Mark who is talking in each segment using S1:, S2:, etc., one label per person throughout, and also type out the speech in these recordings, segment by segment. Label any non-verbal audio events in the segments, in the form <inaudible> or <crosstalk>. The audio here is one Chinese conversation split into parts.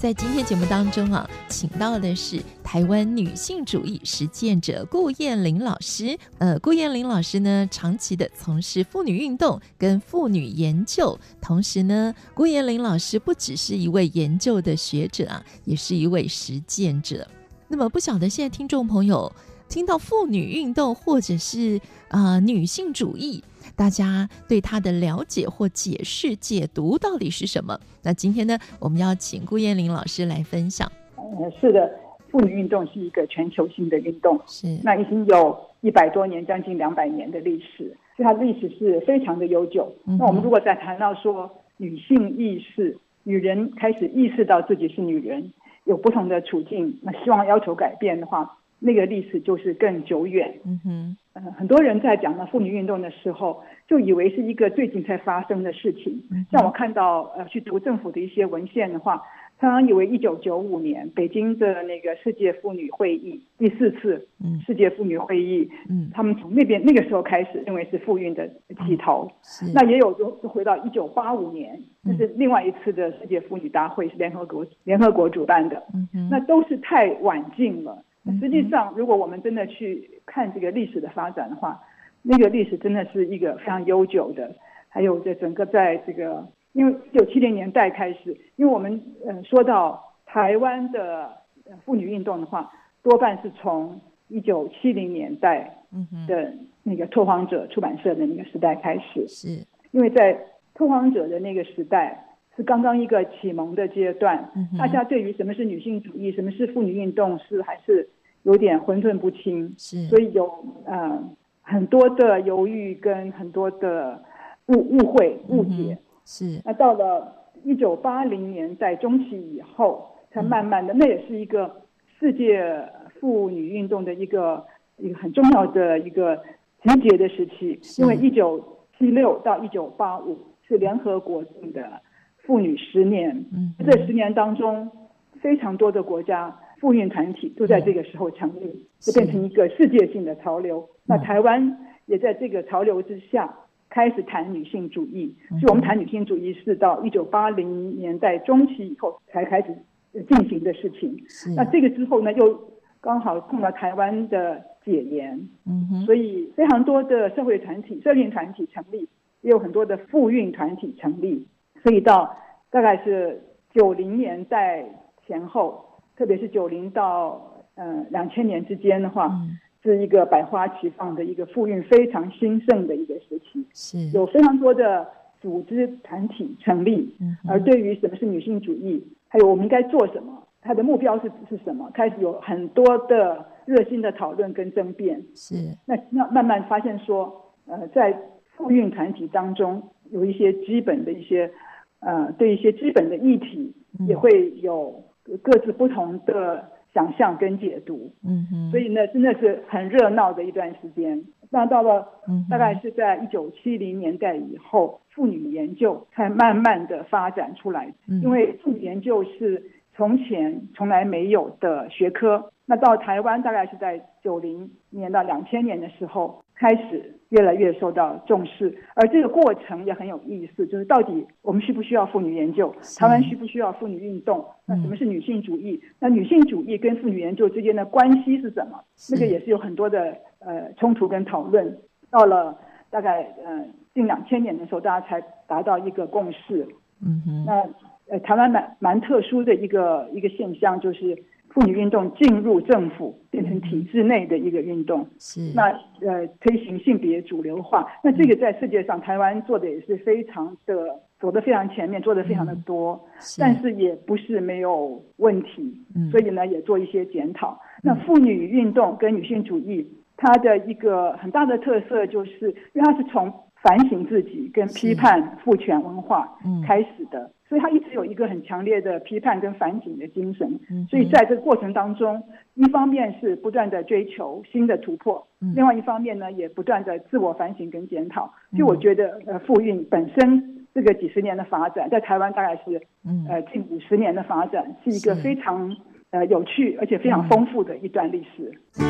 S1: 在今天节目当中啊，请到的是台湾女性主义实践者顾燕玲老师。呃，顾燕玲老师呢，长期的从事妇女运动跟妇女研究，同时呢，顾燕玲老师不只是一位研究的学者啊，也是一位实践者。那么不晓得现在听众朋友听到妇女运动或者是呃女性主义，大家对它的了解或解释解读到底是什么？那今天呢，我们要请顾燕玲老师来分享。
S2: 呃，是的，妇女运动是一个全球性的运动，
S1: 是
S2: 那已经有一百多年，将近两百年的历史，所以它的历史是非常的悠久。
S1: 嗯哼
S2: 那我们如果再谈到说女性意识，女人开始意识到自己是女人，有不同的处境，那希望要求改变的话，那个历史就是更久远。
S1: 嗯哼，
S2: 呃，很多人在讲到妇女运动的时候，就以为是一个最近才发生的事情。
S1: 嗯
S2: 像我看到呃去读政府的一些文献的话，常常以为一九九五年北京的那个世界妇女会议第四次
S1: 嗯
S2: 世界妇女会议，
S1: 嗯哦
S2: 他们从那边那个时候开始认为是妇运的起头。
S1: 是
S2: 那也有就就回到一九八五年，
S1: 嗯
S2: 那是另外一次的世界妇女大会，是联合国联合国主办的。
S1: 嗯哼
S2: 那都是太晚近了
S1: 嗯。
S2: 实际上，如果我们真的去看这个历史的发展的话，那个历史真的是一个非常悠久的。还有这整个在这个，因为一九七零年代开始，因为我们呃说到台湾的呃妇女运动的话，多半是从一九七零年代
S1: 嗯哼
S2: 的那个拓荒者出版社的那个时代开始。
S1: 是
S2: 因为在拓荒者的那个时代是刚刚一个启蒙的阶段
S1: 嗯哼，
S2: 大家对于什么是女性主义、什么是妇女运动是还是有点混沌不清，
S1: 是
S2: 所以有呃很多的犹豫跟很多的误误会、误
S1: 嗯
S2: 解。
S1: 是
S2: 那到了一九八零年代中期以后，才慢慢
S1: 嗯
S2: 的，那也是一个世界妇女运动的一个一个很重要的一个集结的时期，
S1: 是
S2: 因为一九七六到一九八五是联合国定的妇女十年，
S1: 嗯
S2: 这十年当中，非常多的国家妇运团体都在这个时候成立，
S1: 是
S2: 就变成一个世界性的潮流。那台湾也在这个潮流之下开始谈女性主义，所以我们谈女性主义是到一九八零年代中期以后才开始进行的事情。
S1: 是
S2: 那这个之后呢，又刚好碰到台湾的解严，
S1: 嗯哼
S2: 所以非常多的社会团体、社运团体成立，也有很多的妇运团体成立。所以到大概是九零年代前后，特别是九零到呃两千年之间的话，
S1: 嗯
S2: 是一个百花齐放的一个妇运非常兴盛的一个时期，
S1: 是
S2: 有非常多的组织团体成立，
S1: 嗯哼
S2: 而对于什么是女性主义，还有我们应该做什么，它的目标是是什么，开始有很多的热心的讨论跟争辩。
S1: 是
S2: 那那慢慢发现说，呃，在妇运团体当中有一些基本的一些，呃，对一些基本的议题
S1: 嗯
S2: 也会有各自不同的想象跟解读，
S1: 嗯哼
S2: 所以呢，真的是很热闹的一段时间。那到了
S1: 嗯哼
S2: 大概是在一九七零年代以后，妇女研究才慢慢的发展出来，
S1: 嗯
S2: 因为妇女研究是从前从来没有的学科。那到台湾大概是在九零年到两千年的时候开始越来越受到重视，而这个过程也很有意思，就是到底我们需不需要妇女研究，台湾需不需要妇女运动？
S1: 嗯
S2: 那什么是女性主义？那女性主义跟妇女研究之间的关系是什么？
S1: 是
S2: 那个也是有很多的呃冲突跟讨论。到了大概呃近两千年的时候，大家才达到一个共识，
S1: 嗯哼
S2: 那呃，台湾蛮蛮特殊的一个一个现象，就是妇女运动进入政府，变成体制内的一个运动。
S1: 是
S2: 那呃，推行性别主流化，那这个在世界上台湾做的也是非常的走得非常前面，做得非常的多，
S1: 是
S2: 但是也不是没有问题，
S1: 嗯
S2: 所以呢也做一些检讨。那妇女运动跟女性主义，它的一个很大的特色就是，因为它是从反省自己跟批判父权文化
S1: 嗯
S2: 开始的。所以他一直有一个很强烈的批判跟反省的精神。
S1: 嗯哼
S2: 所以在这个过程当中，一方面是不断的追求新的突破，
S1: 嗯
S2: 另外一方面呢，也不断的自我反省跟检讨。
S1: 嗯
S2: 所以我觉得，呃，妇运本身这个几十年的发展，在台湾大概是
S1: 嗯
S2: 呃近五十年的发展，是一个
S1: 是嗯
S2: 非常呃有趣而且非常丰富的一段历史。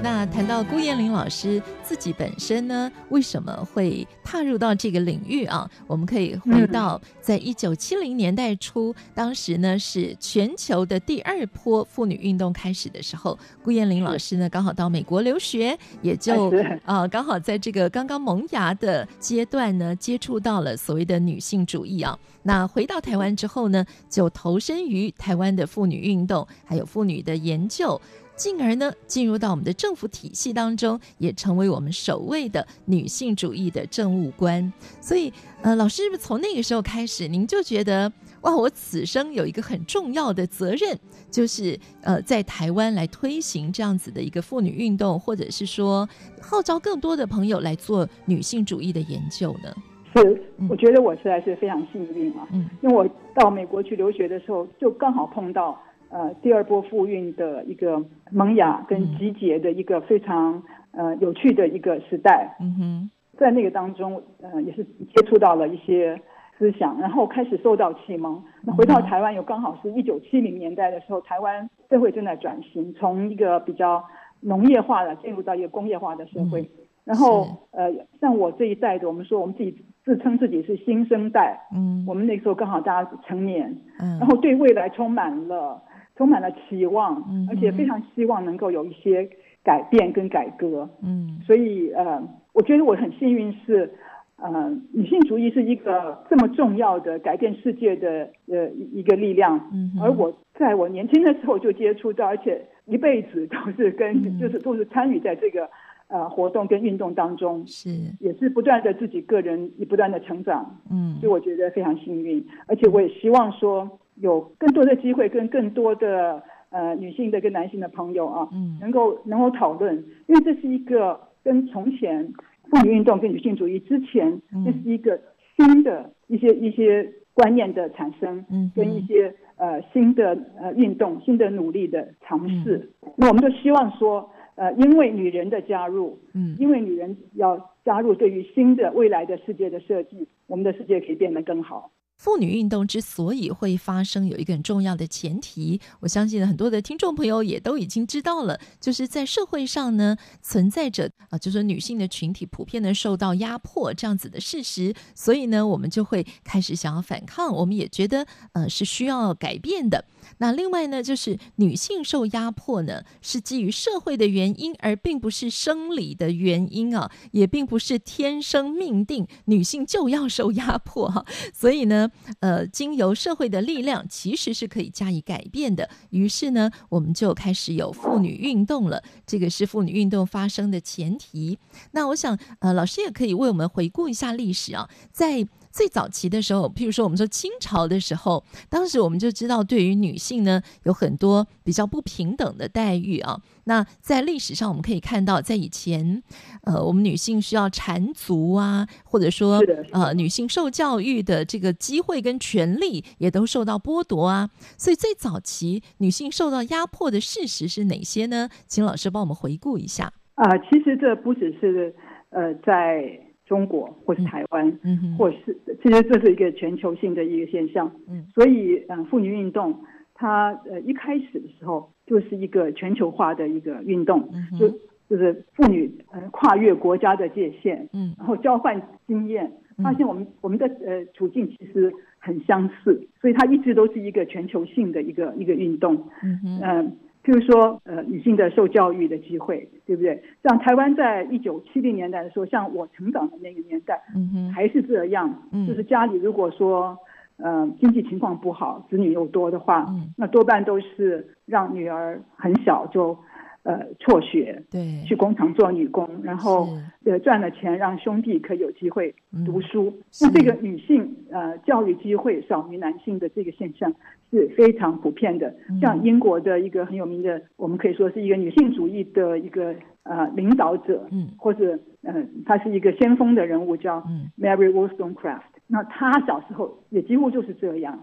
S1: 那谈到顾燕玲老师自己本身呢，为什么会踏入到这个领域啊？我们可以回到在一九七零年代初，当时呢是全球的第二波妇女运动开始的时候，顾燕玲老师呢刚好到美国留学，也就
S2: 哎是
S1: 啊刚好在这个刚刚萌芽的阶段呢，接触到了所谓的女性主义啊。那回到台湾之后呢，就投身于台湾的妇女运动，还有妇女的研究，进而呢进入到我们的政府体系当中，也成为我们首位的女性主义的政务官。所以，呃，老师是不是从那个时候开始，您就觉得哇，我此生有一个很重要的责任，就是呃，在台湾来推行这样子的一个妇女运动，或者是说号召更多的朋友来做女性主义的研究呢？
S2: 是
S1: 嗯，
S2: 我觉得我实在是非常幸运啊，
S1: 嗯
S2: 因为我到美国去留学的时候，就刚好碰到呃第二波复运的一个萌芽跟
S1: 嗯
S2: 集结的一个非常呃有趣的一个时代，
S1: 嗯哼，
S2: 在那个当中，呃，也是接触到了一些思想，然后开始受到启蒙。那回
S1: 嗯
S2: 到台湾，又刚好是一九七零年代的时候，台湾社会正在转型，从一个比较农业化的进入到一个工业化的社会。然后
S1: 嗯是，
S2: 呃，像我这一代的，我们说我们自己自称自己是新生代，
S1: 嗯
S2: 我们那时候刚好大家成年，
S1: 嗯
S2: 然后对未来充满了充满了期望
S1: 嗯，
S2: 而且非常希望能够有一些改变跟改革。
S1: 嗯
S2: 所以呃，我觉得我很幸运是，呃，女性主义是一个这么重要的改变世界的呃一一个力量，
S1: 嗯哼
S2: 而我在我年轻的时候就接触到，而且一辈子都是跟、
S1: 嗯
S2: 就是都是参与在这个呃活动跟运动当中，
S1: 是
S2: 也是不断的自己个人也不断的成长，
S1: 嗯
S2: 所以我觉得非常幸运，而且我也希望说有更多的机会跟更多的呃女性的跟男性的朋友啊，
S1: 嗯
S2: 能够能够讨论，因为这是一个跟从前妇女运动跟女性主义之前，
S1: 嗯
S2: 这是一个新的一些一些观念的产生，
S1: 嗯哼
S2: 跟一些呃新的呃运动、新的努力的尝试。
S1: 嗯
S2: 那我们就希望说，呃，因为女人的加入，
S1: 嗯
S2: 因为女人要加入对于新的未来的世界的设计，我们的世界可以变得更好。
S1: 妇女运动之所以会发生，有一个很重要的前提，我相信很多的听众朋友也都已经知道了，就是在社会上呢存在着啊、就是女性的群体普遍的受到压迫这样子的事实，所以呢，我们就会开始想要反抗，我们也觉得呃是需要改变的。那另外呢，就是女性受压迫呢，是基于社会的原因，而并不是生理的原因啊，也并不是天生命定女性就要受压迫啊哈、所以呢，呃，经由社会的力量，其实是可以加以改变的。于是呢，我们就开始有妇女运动了。这个是妇女运动发生的前提。那我想，呃，老师也可以为我们回顾一下历史啊，在。最早期的时候，譬如说我们说清朝的时候，当时我们就知道对于女性呢有很多比较不平等的待遇啊。那在历史上我们可以看到，在以前，呃，我们女性需要缠足啊，或者说
S2: 是的
S1: 呃女性受教育的这个机会跟权利也都受到剥夺啊。所以最早期女性受到压迫的事实是哪些呢？请老师帮我们回顾一下。
S2: 啊、其实这不只是呃在中国或是台湾，
S1: 嗯哼，
S2: 或是其实这是一个全球性的一个现象。
S1: 嗯，
S2: 所以嗯、呃妇女运动它呃一开始的时候就是一个全球化的一个运动，
S1: 嗯哼
S2: 就就是妇女呃跨越国家的界限，
S1: 嗯
S2: 然后交换经验，
S1: 嗯
S2: 发现我们我们的呃处境其实很相似，所以它一直都是一个全球性的一个一个运动。
S1: 嗯哼，
S2: 嗯、譬如说，呃，女性的受教育的机会，对不对？像台湾在一九七零年代的时候，像我成长的那个年代，
S1: 嗯哼，
S2: 还是这样，
S1: 嗯
S2: 就是家里如果说，呃，经济情况不好，子女又多的话，
S1: 嗯
S2: 那多半都是让女儿很小就，呃辍学，
S1: 对，
S2: 去工厂做女工，然后呃赚了钱让兄弟可以有机会
S1: 嗯
S2: 读书。那这个女性呃教育机会少于男性的这个现象是非常普遍的。
S1: 嗯
S2: 像英国的一个很有名的，我们可以说是一个女性主义的一个呃领导者，
S1: 嗯
S2: 或者呃她是一个先锋的人物，叫
S1: 嗯
S2: Mary Wollstonecraft。那她小时候也几乎就是这样。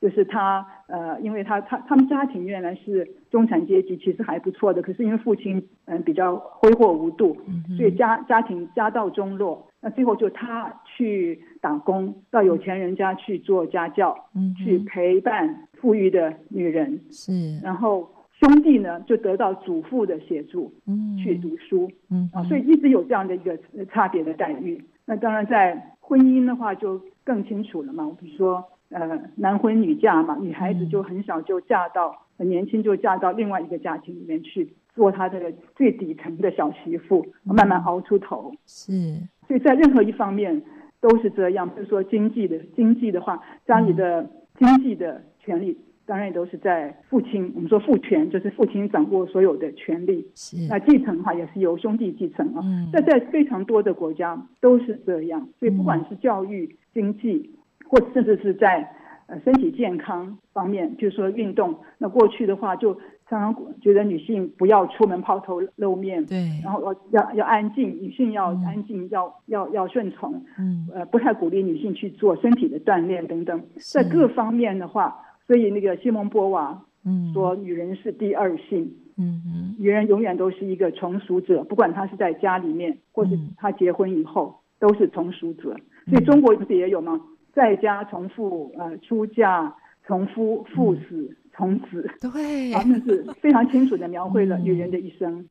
S2: 就是他呃，因为他他他们家庭原来是中产阶级，其实还不错的，可是因为父亲嗯、比较挥霍无度，
S1: 嗯
S2: 所以家家庭家道中落。那最后就他去打工，到有钱人家去做家教，
S1: 嗯哼
S2: 去呃陪伴富裕的女人，
S1: 是，
S2: 然后兄弟呢就得到祖父的协助
S1: 嗯，
S2: 去读书。
S1: 嗯
S2: 啊，所以一直有这样的一个呃差别的待遇。那当然，在婚姻的话就更清楚了嘛。比如说，呃，男婚女嫁嘛，女孩子
S1: 嗯
S2: 就很小就嫁到很年轻就嫁到另外一个家庭里面去做她的最底层的小媳妇，
S1: 嗯
S2: 慢慢熬出头。
S1: 是，
S2: 所以在任何一方面都是这样。比如说经济的经济的话，家里的经济的权利当然也都是在父亲，我们说父权就是父亲掌握所有的权利。
S1: 是，
S2: 那继承的话也是由兄弟继承啊。
S1: 嗯
S2: 这在非常多的国家都是这样，所以不管是教育、经济，或甚至是在呃身体健康方面，比如说运动，那过去的话就常常觉得女性不要出门抛头露面，
S1: 对，
S2: 然后要要要安静，女性要安静，要要要顺从，
S1: 嗯，
S2: 呃，不太鼓励女性去做身体的锻炼等等，
S1: 是
S2: 在各方面的话，所以那个西蒙波娃
S1: 嗯，
S2: 说，女人是第二性。
S1: 嗯哼，
S2: 女人永远都是一个从属者，不管她是在家里面，或是
S1: 嗯
S2: 她结婚以后，都是从属者。所以中国不是也有吗？在家从父，呃，出嫁从夫，父死从子，
S1: 嗯对
S2: 啊，，那是非常清楚的描绘了
S1: 嗯
S2: 女人的一生。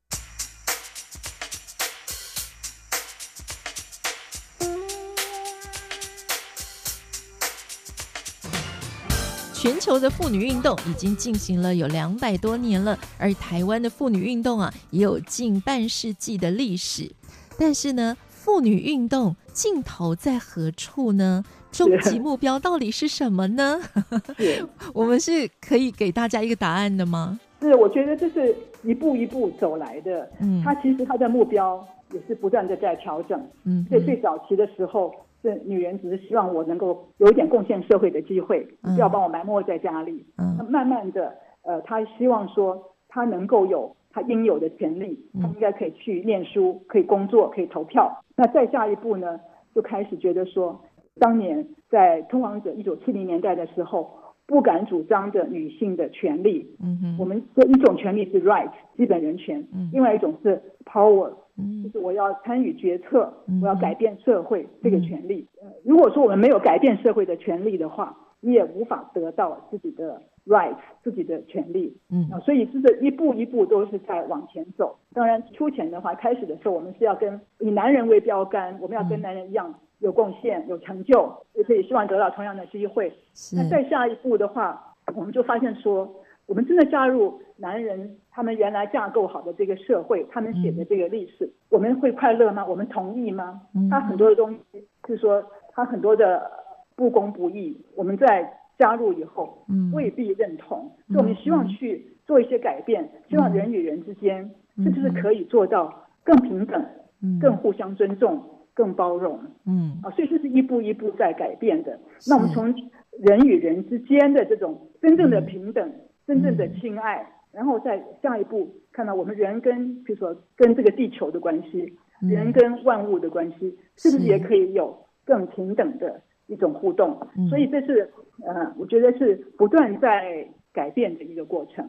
S1: 全球的妇女运动已经进行了有两百多年了，而台湾的妇女运动啊，也有近半世纪的历史。但是呢，妇女运动尽头在何处呢？终极目标到底是什么呢？ <laughs>
S2: 是，
S1: 我们是可以给大家一个答案的吗？
S2: 是，我觉得这是一步一步走来的。
S1: 嗯
S2: 她其实她的目标也是不断的在调整。
S1: 嗯
S2: 所以最早期的时候，这女人只是希望我能够有一点贡献社会的机会，
S1: 嗯
S2: 不要把我埋没在家里。那
S1: 嗯
S2: 慢慢的，呃，她希望说她能够有她应有的权利，
S1: 嗯
S2: 她应该可以去念书，可以工作，可以投票。那再下一步呢，就开始觉得说，当年在通往者一九七零年代的时候，不敢主张的女性的权利，
S1: 嗯
S2: 我
S1: 哼
S2: 们说一种权利是 right 基本人权，
S1: 嗯
S2: 另外一种是 power 就
S1: 嗯
S2: 是我要参与决策
S1: 嗯，
S2: 我要改变社会这个权利。呃如果说我们没有改变社会的权利的话，你也无法得到自己的 rights，自己的权利。
S1: 嗯
S2: 啊，所以这是一步一步都是在往前走。当然，出钱的话，开始的时候我们是要跟以男人为标杆，我们要跟
S1: 嗯
S2: 男人一样有贡献、有成就，也可以希望得到同样的机会。
S1: 是
S2: 那再下一步的话，我们就发现说，我们真的加入男人他们原来架构好的这个社会，他们写的这个历史，我们会快乐吗？我们同意吗
S1: 嗯？
S2: 他很多的东西，就是说他很多的不公不义，我们在加入以后
S1: 嗯
S2: 未必认同，所以我们希望去做一些改变，希
S1: 嗯
S2: 望人与人之间是不是可以做到更平等、
S1: 嗯
S2: 更互相尊重、更包容？
S1: 嗯
S2: 啊，所以这是一步一步在改变的。那我们从人与人之间的这种真
S1: 嗯
S2: 正的平等、真正的亲爱，然后再下一步看到我们人跟，比如说跟这个地球的关系，
S1: 嗯
S2: 人跟万物的关系，是不
S1: 是
S2: 是也可以有更平等的一种互动？
S1: 嗯
S2: 所以这是呃，我觉得是不断在改变的一个过程。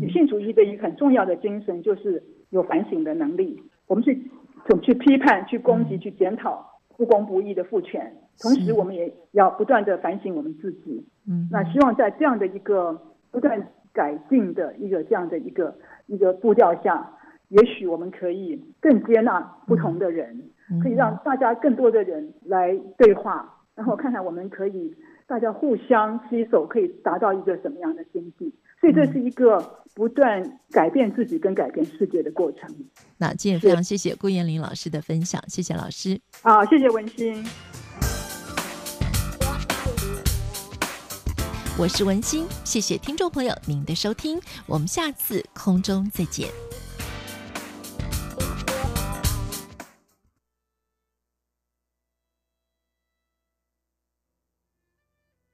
S2: 女
S1: 嗯
S2: 性主义的一个很重要的精神就是有反省的能力，我们去总去批判、去攻击、去检讨不公不义的父权，同时我们也要不断的反省我们自己。
S1: 嗯
S2: 那希望在这样的一个不断改进的一个这样的一个一个步调下，也许我们可以更接纳不同的人，
S1: 嗯
S2: 可以让大家更多的人来对话，然后看看我们可以大家互相携手，可以达到一个什么样的境地。所以这是一个不断改变自己跟改变世界的过程。
S1: 那今天也非常谢谢顾燕玲老师的分享，谢谢老师。
S2: 好，谢谢文心。
S1: 我是文心，谢谢听众朋友您的收听，我们下次空中再见。